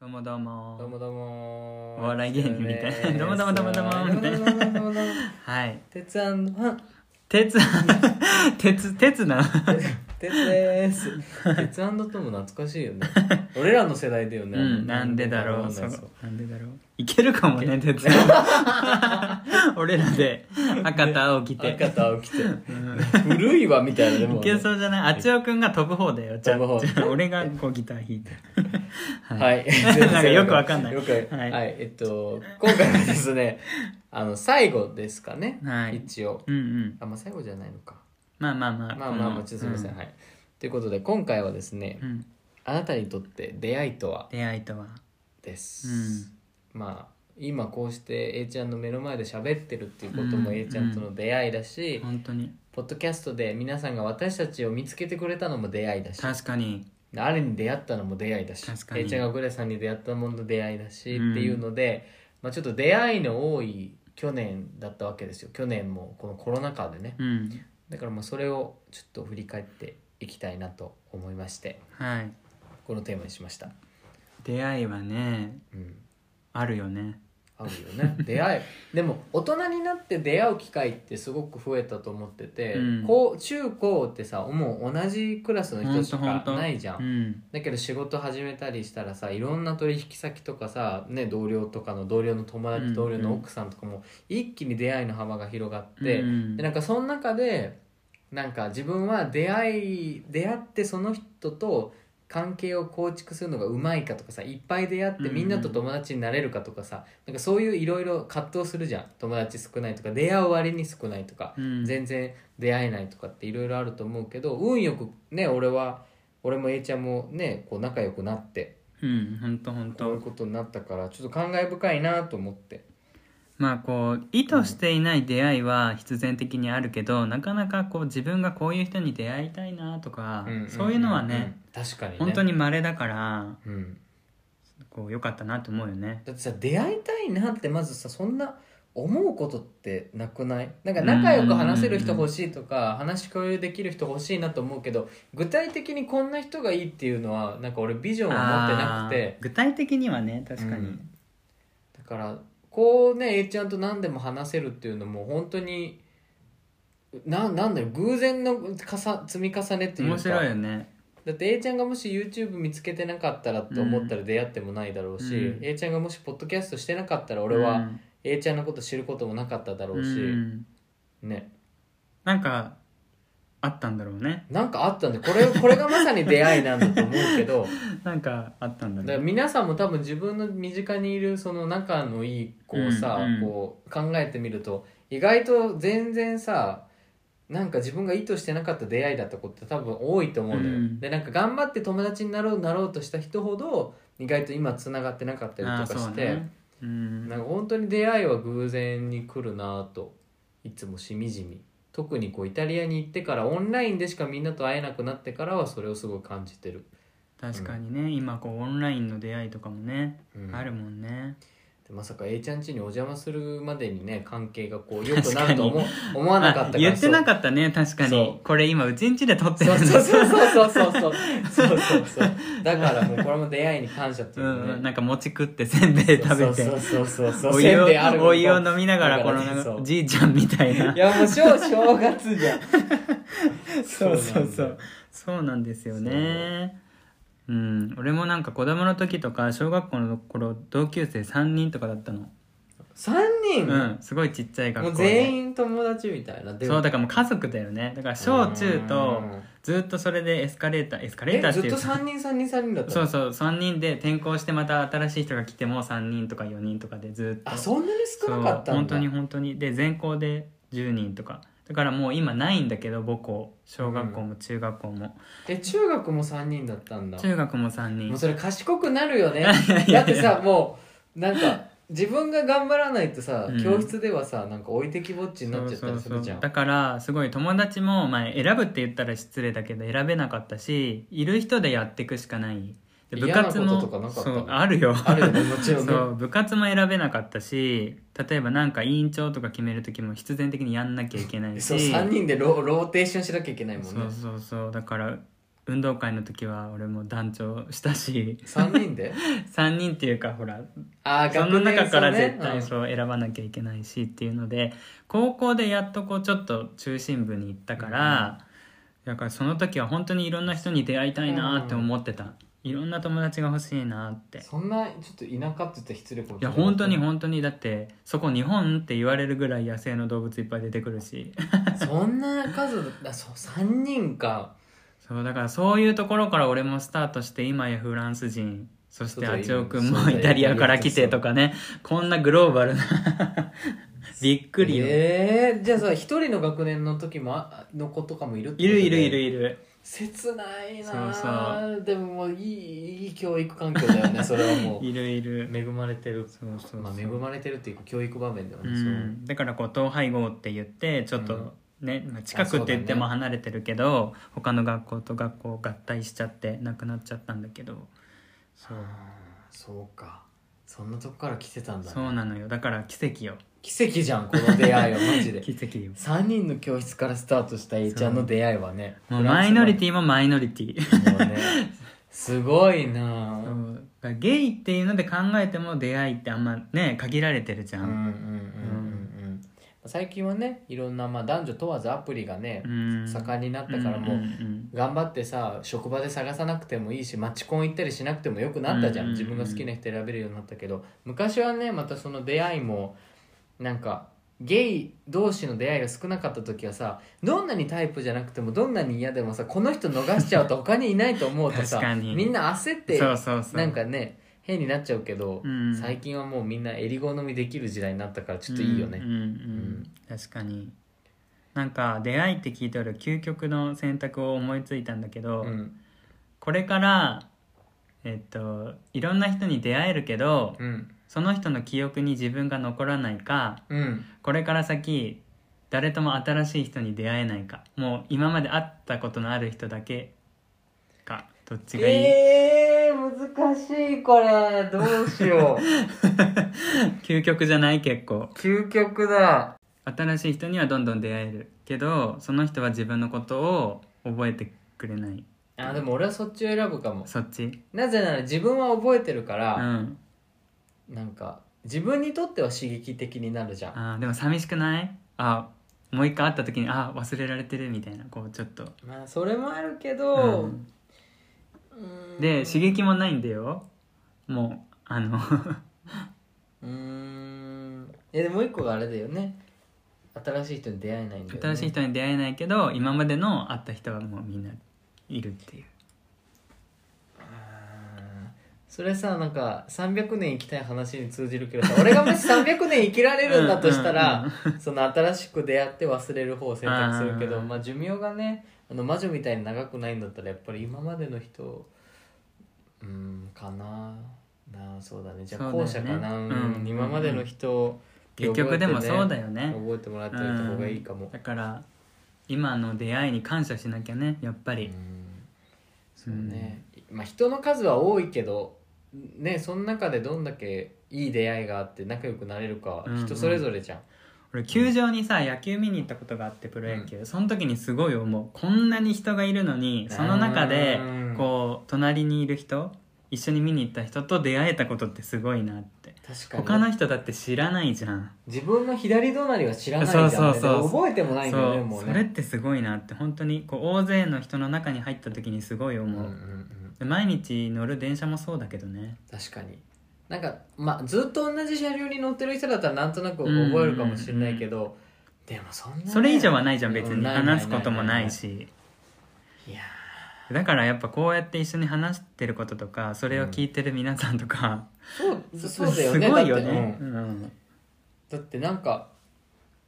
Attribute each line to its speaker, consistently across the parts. Speaker 1: どうもどうも
Speaker 2: どうもどうも
Speaker 1: お笑い芸人みたいな
Speaker 2: そうです
Speaker 1: どうもどうもどうもどうもみたいな
Speaker 2: どうもどうもどうもどうも
Speaker 1: はい
Speaker 2: 鉄アンドファン
Speaker 1: 鉄 鉄鉄な
Speaker 2: 鉄です 鉄アンドトム懐かしいよね俺らの世代だよ
Speaker 1: う
Speaker 2: ね
Speaker 1: んなんでだろ
Speaker 2: わ
Speaker 1: う
Speaker 2: かん
Speaker 1: そ
Speaker 2: な
Speaker 1: う
Speaker 2: いそう
Speaker 1: なんでだろういけるかもね鉄 俺らで赤と青着て
Speaker 2: 赤と青着て古いわみたいなでも
Speaker 1: いけそうじゃないあちおくんが飛ぶ方だよじゃあ
Speaker 2: 飛ぶ方
Speaker 1: じゃあ俺がこうギター弾い て
Speaker 2: はい
Speaker 1: なんかよくわかんない
Speaker 2: よく
Speaker 1: は
Speaker 2: はいいえっと今回はですねあの最後ですかね
Speaker 1: はい
Speaker 2: 一応
Speaker 1: うんうん
Speaker 2: あまあ最後じゃないのか
Speaker 1: まあまあまあ
Speaker 2: まあまあまあ
Speaker 1: この
Speaker 2: ちょっとすみません
Speaker 1: う
Speaker 2: はいということで今回はですね
Speaker 1: うん
Speaker 2: あなたにとって出会いとは
Speaker 1: 出会いとは
Speaker 2: です、まあ今こうして A ちゃんの目の前で喋ってるっていうことも
Speaker 1: うん
Speaker 2: A ちゃんとの出会いだし、
Speaker 1: 本当に
Speaker 2: ポッドキャストで皆さんが私たちを見つけてくれたのも出会いだし
Speaker 1: 確かに
Speaker 2: あれに出会ったのも出会いだし
Speaker 1: 確かに
Speaker 2: A ちゃんがグレさんに出会ったものと出会いだし、
Speaker 1: うん
Speaker 2: っていうので、まあ、ちょっと出会いの多い去年だったわけですよ去年もこのコロナ禍でね
Speaker 1: うん
Speaker 2: だからまあそれをちょっと振り返っていきたいなと思いまして
Speaker 1: はい
Speaker 2: このテーマにしました、
Speaker 1: 出会いはね
Speaker 2: うん、
Speaker 1: あるよね
Speaker 2: あるよ ね出会いでも大人になって出会う機会ってすごく増えたと思ってて、
Speaker 1: うん
Speaker 2: 高中高ってさもう同じクラスの人し
Speaker 1: ほん
Speaker 2: か
Speaker 1: とほんと
Speaker 2: ないじゃん
Speaker 1: うん
Speaker 2: だけど仕事始めたりしたらさいろんな取引先とかさ、ね、同僚とかの同僚の友達、
Speaker 1: うん
Speaker 2: 同僚の奥さんとかも一気に出会いの幅が広がって、
Speaker 1: うん
Speaker 2: でなんかその中でなんか自分は出会い出会ってその人と関係を構築するのがうまいかとかさいっぱい出会って
Speaker 1: うん
Speaker 2: みんなと友達になれるかとかさ、なんかそういういろいろ葛藤するじゃん友達少ないとか出会う割に少ないとか、
Speaker 1: うん
Speaker 2: 全然出会えないとかっていろいろあると思うけど運よくね俺は俺も A ちゃんもねこう仲良くなって
Speaker 1: うんほんとほん
Speaker 2: こういう
Speaker 1: と
Speaker 2: ことになったからちょっと感慨深いなと思って
Speaker 1: まあこう意図していない出会いは必然的にあるけどなかなかこう自分がこういう人に出会いたいなとか、
Speaker 2: んんんん
Speaker 1: そういうのはね、
Speaker 2: 確かにね
Speaker 1: 本当に稀だから
Speaker 2: うん
Speaker 1: こう良かったなと思うよね
Speaker 2: だってさ出会いたいなってまずさそんな思うことってなくないなんか仲良く話せる人欲しいとか話し共有できる人欲しいなと思うけど具体的にこんな人がいいっていうのはなんか俺ビジョンを持ってなくて
Speaker 1: あー具体的にはね確かに、
Speaker 2: うんだからこうね A ちゃんと何でも話せるっていうのも本当にななんだろう偶然のかさ積み重ねっていうか
Speaker 1: 面白いよね
Speaker 2: だって A ちゃんがもし YouTube 見つけてなかったらと思ったら出会ってもないだろうし、
Speaker 1: うん
Speaker 2: A ちゃんがもしポッドキャストしてなかったら俺は、A ちゃんのこと知ることもなかっただろ
Speaker 1: うん
Speaker 2: うし、
Speaker 1: うん
Speaker 2: ね
Speaker 1: なんかあったんだろうね
Speaker 2: なんかあったんでこれこれがまさに出会いなんだと思うけど
Speaker 1: なんかあったんだろ
Speaker 2: だ
Speaker 1: う
Speaker 2: から皆さんも多分自分の身近にいるその仲のいい子をさ、
Speaker 1: うんうん
Speaker 2: こう考えてみると意外と全然さなんか自分が意図してなかった出会いだったことって多分多いと思うのよ、
Speaker 1: うん
Speaker 2: でなんか頑張って友達になろうなろうとした人ほど意外と今つながってなかったりとか
Speaker 1: あー
Speaker 2: して、
Speaker 1: そうねうん
Speaker 2: なんか本当に出会いは偶然に来るなぁといつもしみじみ特にこうイタリアに行ってからオンラインでしかみんなと会えなくなってからはそれをすごい感じてる、
Speaker 1: 確かにね、今こうオンラインの出会いとかもね、
Speaker 2: うん
Speaker 1: あるもんね
Speaker 2: でまさか A ちゃん家にお邪魔するまでにね関係がこう良くなると思思わなかったか
Speaker 1: あ
Speaker 2: ら
Speaker 1: 言ってな
Speaker 2: っ
Speaker 1: かったね確か
Speaker 2: そ
Speaker 1: にこれ今うちんちで撮って
Speaker 2: そ
Speaker 1: る
Speaker 2: うんそ
Speaker 1: で
Speaker 2: うそうそうそうそうそうそうそうそうだからもうこれも出会いに感謝っていううね、
Speaker 1: んうん、なんか餅食ってせんべい食べて
Speaker 2: そうそうそうそうそう
Speaker 1: お湯
Speaker 2: せんべいあ
Speaker 1: を
Speaker 2: るもん
Speaker 1: お湯を飲みながら
Speaker 2: だ
Speaker 1: こ
Speaker 2: か
Speaker 1: の
Speaker 2: ね
Speaker 1: なん
Speaker 2: そ
Speaker 1: か
Speaker 2: う
Speaker 1: じいちゃんみたいない
Speaker 2: やもう正正月じゃん
Speaker 1: そうそうそ
Speaker 2: そうなんだよ
Speaker 1: うそうなんですよねうん俺もなんか子供の時とか小学校の頃同級生3人とかだったの
Speaker 2: 3
Speaker 1: う
Speaker 2: 人、
Speaker 1: んすごいちっちゃい
Speaker 2: も
Speaker 1: 学
Speaker 2: う
Speaker 1: 校
Speaker 2: 全
Speaker 1: で
Speaker 2: 員友達みたいなでも
Speaker 1: そうだからもう家族だよねだから小中と
Speaker 2: うん
Speaker 1: ずっとそれでエスカレーターエスカレーター
Speaker 2: え
Speaker 1: って
Speaker 2: ずっ
Speaker 1: いう
Speaker 2: と
Speaker 1: か
Speaker 2: 3人3人3人だった
Speaker 1: そ
Speaker 2: の
Speaker 1: うそう3人で転校してまた新しい人が来ても3人とか4人とかでずっと
Speaker 2: あそんなに少なかっ
Speaker 1: そ
Speaker 2: た
Speaker 1: うん本
Speaker 2: だ
Speaker 1: 当に本当にで全校で10人とかだからもう今ないんだけど母校小学校も中学校も、
Speaker 2: え中学も3人だったんだ
Speaker 1: 中学も3人
Speaker 2: もうそれ賢くなるよね
Speaker 1: いや
Speaker 2: だってさもうなんか自分が頑張らないとさ、
Speaker 1: うん
Speaker 2: 教室ではさなんか置いてきぼっちになっちゃったりするじゃん
Speaker 1: だからすごい友達も、まあ、選ぶって言ったら失礼だけど選べなかったしいる人でやっていくしかないで部活
Speaker 2: 嫌な
Speaker 1: も
Speaker 2: こととかなかった
Speaker 1: そ
Speaker 2: の
Speaker 1: うあるよ
Speaker 2: あるよねもちろんね
Speaker 1: そう部活も選べなかったし例えばなんか委員長とか決める時も必然的にやんなきゃいけないし
Speaker 2: そう3人でロローテーションしなきゃいけないもんね
Speaker 1: そうそうそうだからう運動会の時は俺も団長したし
Speaker 2: 3人で
Speaker 1: 3人っていうかほら
Speaker 2: あ あ
Speaker 1: その中から絶対
Speaker 2: う
Speaker 1: そう選ばなきゃいけないしっていうので高校でやっとこうちょっと中心部に行ったからだからその時は本当にいろんな人に出会いたいなって思ってたいろんな友達が欲しいなって
Speaker 2: そんなちょっと田舎って言ったら失礼かもし
Speaker 1: い
Speaker 2: れ
Speaker 1: や
Speaker 2: ない
Speaker 1: 本当に本当にだってそこ日本って言われるぐらい野生の動物いっぱい出てくるし
Speaker 2: そんな数だそう3人か
Speaker 1: そうだからそういうところから俺もスタートして今やフランス人そして
Speaker 2: そうだ
Speaker 1: あ
Speaker 2: よ
Speaker 1: ちおく
Speaker 2: そ
Speaker 1: ん
Speaker 2: う
Speaker 1: も
Speaker 2: だよ
Speaker 1: イタリアから来てとかねこんなグローバルなびっくりよ、
Speaker 2: ええじゃあさ一人の学年の時もあの子とかもいるって
Speaker 1: い
Speaker 2: こと
Speaker 1: る
Speaker 2: で
Speaker 1: いるいるいる
Speaker 2: 切ないな
Speaker 1: そ
Speaker 2: あでももういいいい教育環境だ よねそれはもう
Speaker 1: いるいる
Speaker 2: 恵まれてる
Speaker 1: そうそうそう
Speaker 2: まあ、恵まれてるっていうか教育場面では
Speaker 1: う
Speaker 2: ね、
Speaker 1: ん、だからこう統廃合って言ってちょっと、ねまあ、近く
Speaker 2: あそ
Speaker 1: っ
Speaker 2: うだ
Speaker 1: て
Speaker 2: ね
Speaker 1: 言っても離れてるけど、他の学校と学校合体しちゃってなくなっちゃったんだけどそう
Speaker 2: そうそうかそんなとこから来てたんだ、ね、
Speaker 1: そうなのよだから奇跡よ
Speaker 2: 奇跡じゃんこの 出会いはマジで
Speaker 1: 奇跡よ
Speaker 2: 3人の教室からスタートしたイちゃんの出会いはね
Speaker 1: もうマイノリテ
Speaker 2: ィ
Speaker 1: ィもマイノリティ
Speaker 2: もうねすごいな
Speaker 1: そ
Speaker 2: あ
Speaker 1: うだからゲイっていうので考えても出会いってあんまね限られてるじゃ
Speaker 2: うんうんうん
Speaker 1: ん、
Speaker 2: うんうん最近はねいろんな、まあ、男女問わずアプリがね、
Speaker 1: うん、
Speaker 2: 盛んになったからもう、
Speaker 1: んん
Speaker 2: 頑張ってさ職場で探さなくてもいいしマチコン行ったりしなくてもよくなったじゃん,、
Speaker 1: うんうんうん
Speaker 2: 自分が好きな人選べるようになったけど昔はねまたその出会いもなんかゲイ同士の出会いが少なかった時はさどんなにタイプじゃなくてもどんなに嫌でもさこの人逃しちゃうと他にいないと思うとさ
Speaker 1: 確かに
Speaker 2: みんな焦っ
Speaker 1: うん
Speaker 2: て
Speaker 1: そうそうそう
Speaker 2: なんかね変になっちゃうけど、
Speaker 1: うん
Speaker 2: 最近はもうみんな襟好みできる時代になったからちょっといいよね、
Speaker 1: うんうんうん確かになんか出会いって聞いてる究極の選択を思いついたんだけど、
Speaker 2: うん
Speaker 1: これからえっといろんな人に出会えるけど、
Speaker 2: うん
Speaker 1: その人の記憶に自分が残らないか
Speaker 2: うん
Speaker 1: これから先誰とも新しい人に出会えないかもう今まで会ったことのある人だけかどっちがいい、
Speaker 2: えー、難しいこれどうしよ う
Speaker 1: 究極じゃない結構
Speaker 2: 究極だ
Speaker 1: 新しい人にはどんどん出会えるけどその人は自分のことを覚えてくれない
Speaker 2: あでも俺はそっちを選ぶかも
Speaker 1: そっち
Speaker 2: なぜなら自分は覚えてるか
Speaker 1: う
Speaker 2: ら、
Speaker 1: ん
Speaker 2: なんか自分にとっては刺激的になるじゃん
Speaker 1: あーでも寂しくないあもう一回会った時にあ忘れられてるみたいなこうちょっと、
Speaker 2: まあそれもあるけ
Speaker 1: う
Speaker 2: ど、
Speaker 1: ん
Speaker 2: うーん
Speaker 1: で刺激もないんだよもうあ の
Speaker 2: うーんえでもう一個があれだよね新しい人に出会えないんだよ、ね、
Speaker 1: 新しい人に出会えないけど今までの会った人はもうみんないるっていう
Speaker 2: それさなんか300年生きたい話に通じるけどさ俺がもし300年生きられるんだとしたら その新しく出会って忘れる方を選択するけど
Speaker 1: うん
Speaker 2: まあ寿命がねあの魔女みたいに長くないんだったらやっぱり今までの人うんかななあそうだねじゃ
Speaker 1: そ
Speaker 2: あ
Speaker 1: うだよね
Speaker 2: 後者かな、
Speaker 1: うん
Speaker 2: うん今までの人を
Speaker 1: 結局でもそうだ
Speaker 2: よ
Speaker 1: よね
Speaker 2: 覚えてもらっておいた方がいいかも、
Speaker 1: だから今の出会いに感謝しなきゃねやっぱり、
Speaker 2: うんそうね、まあ人の数は多いけどねその中でどんだけいい出会いがあって仲良くなれるかは
Speaker 1: うんうん
Speaker 2: 人それぞれじゃん、
Speaker 1: 俺球場にさ野球見に行ったことがあってプロ野球、その時にすごい思うこんなに人がいるのにその中で
Speaker 2: うん
Speaker 1: こう隣にいる人一緒に見に行った人と出会えたことってすごいなって
Speaker 2: 確かに
Speaker 1: 他の人だって知らないじゃん
Speaker 2: 自分の左隣は知らないじゃん、ね、
Speaker 1: そうそうそう
Speaker 2: で覚えてもないんだよね
Speaker 1: そう
Speaker 2: もう
Speaker 1: それっ
Speaker 2: ね
Speaker 1: てすごいなって本当にこう大勢の人の中に入った時にすごい
Speaker 2: うんう
Speaker 1: 思
Speaker 2: ん
Speaker 1: う、
Speaker 2: うん
Speaker 1: で毎日乗る電車もそうだけどね
Speaker 2: 確かになんかまあずっと同じ車両に乗ってる人だったらなんとなく覚えるかもしれないけど、でもそんなね、
Speaker 1: それ以上はないじゃん別
Speaker 2: うん
Speaker 1: に
Speaker 2: ないないない
Speaker 1: 話すこともないし
Speaker 2: いや
Speaker 1: だからやっぱこうやって一緒に話してることとかそれを聞いてる皆さんとか、
Speaker 2: ーそうそうだよね
Speaker 1: すごいよ
Speaker 2: だってうん
Speaker 1: ね、うん
Speaker 2: だってなんか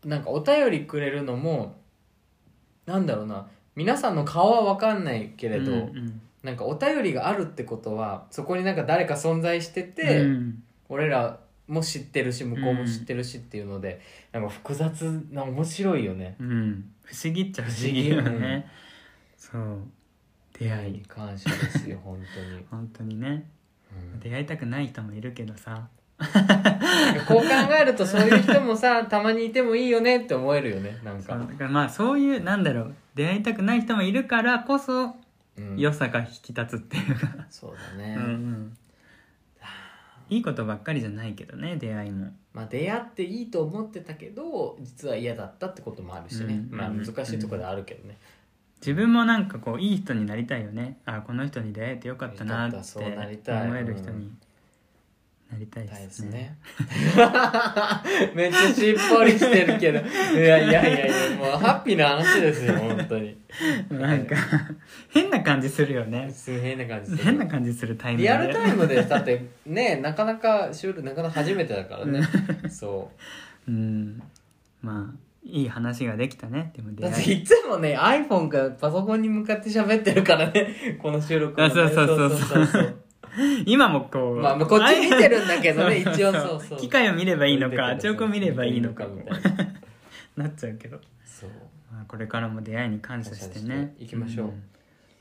Speaker 2: なんかお便りくれるのもなんだろうな皆さんの顔は分かんないけれど、
Speaker 1: うんうん
Speaker 2: なんかお便りがあるってことはそこになんか誰か存在してて、
Speaker 1: うん
Speaker 2: 俺らも知ってるし向こうも知ってるしっていうので、なんか複雑な面白いよね
Speaker 1: うん不思議っちゃ不思議よ
Speaker 2: 不思議う
Speaker 1: ね、そう出
Speaker 2: 出会
Speaker 1: 会
Speaker 2: い
Speaker 1: い
Speaker 2: に感謝です よ本当に、
Speaker 1: 本当にね
Speaker 2: うん
Speaker 1: 出会いたくない人もいるけどさ
Speaker 2: なんかこう考えるとそういう人もさ たまにいてもいいよねって思えるよねなん
Speaker 1: そう
Speaker 2: か
Speaker 1: だからまあそういうなんだろう出会いたくない人もいるからこそ
Speaker 2: うん
Speaker 1: 良さが引き立つっていうか、
Speaker 2: そうだ
Speaker 1: う
Speaker 2: ね、
Speaker 1: んうん、いいことばっかりじゃないけどね出会いも
Speaker 2: まあ、出会っていいと思ってたけど実は嫌だったってこともあるしね、
Speaker 1: うん
Speaker 2: まあ、難しいところではあるけどね、
Speaker 1: 自分もなんかこういい人になりたいよねあこの人に出会えてよかったなって
Speaker 2: よかったそうなりたい
Speaker 1: 思える人になりたい
Speaker 2: 大事
Speaker 1: で
Speaker 2: ですす
Speaker 1: ね,、
Speaker 2: ねめっちゃしっぽりしてるけ どいやいやいやいやもうハッピーな話ですよ本当 に
Speaker 1: なんか 変な感じするよね
Speaker 2: すげえな感じする
Speaker 1: 変な感じするタイミング
Speaker 2: リアルタイムでだってね なかなか収録なかなか初めてだからねそ
Speaker 1: うんまあいい話ができたねでも
Speaker 2: う
Speaker 1: 出
Speaker 2: だっ
Speaker 1: 会
Speaker 2: て
Speaker 1: い
Speaker 2: いつもね iPhone からパソコンに向かって喋ってるからね この収録もね
Speaker 1: あそうそうそうそう今もこう
Speaker 2: まあまあこっち見てるんだ けどね
Speaker 1: そう
Speaker 2: 一応そうそう
Speaker 1: 機械を見ればいいのか彫刻を見ればいいのか
Speaker 2: み
Speaker 1: み
Speaker 2: た
Speaker 1: たい
Speaker 2: いな
Speaker 1: ななっちゃうけど、
Speaker 2: そう
Speaker 1: まあ、これからも出会いに感謝して
Speaker 2: 感謝
Speaker 1: ね
Speaker 2: していきましょうん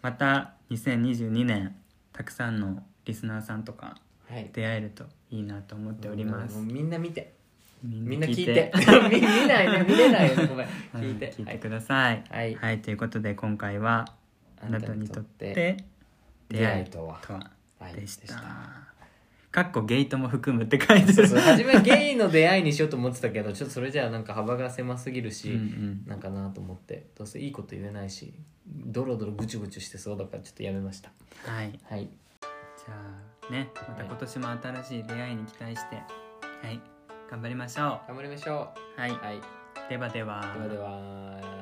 Speaker 1: また2022年たくさんのリスナーさんとか
Speaker 2: はい
Speaker 1: 出会えるといいなと思っております、
Speaker 2: もうみんな見てみ
Speaker 1: み
Speaker 2: んな聞いて み見ないね見れないよねごめん
Speaker 1: はい
Speaker 2: 聞いて
Speaker 1: 聞いてください
Speaker 2: はい
Speaker 1: はい、ということで今回はあなたにとって
Speaker 2: 出会いとは
Speaker 1: とは
Speaker 2: はい
Speaker 1: でした。かっこゲイトも含むって書いて
Speaker 2: そう
Speaker 1: る
Speaker 2: そう初めゲイの出会いにしようと思ってた けどちょっとそれじゃあなんか幅が狭すぎる
Speaker 1: う
Speaker 2: し、
Speaker 1: んうん
Speaker 2: なんかなと思ってどうせいいこと言えないしドロドロぐちゅぐちゅしてそうだからちょっとやめました
Speaker 1: はい、
Speaker 2: はい
Speaker 1: じゃあね、また今年も新しい出会いに期待して、はい、頑張りましょ
Speaker 2: 頑張りましょ、
Speaker 1: う。はいう
Speaker 2: はい
Speaker 1: ではでは
Speaker 2: ではでは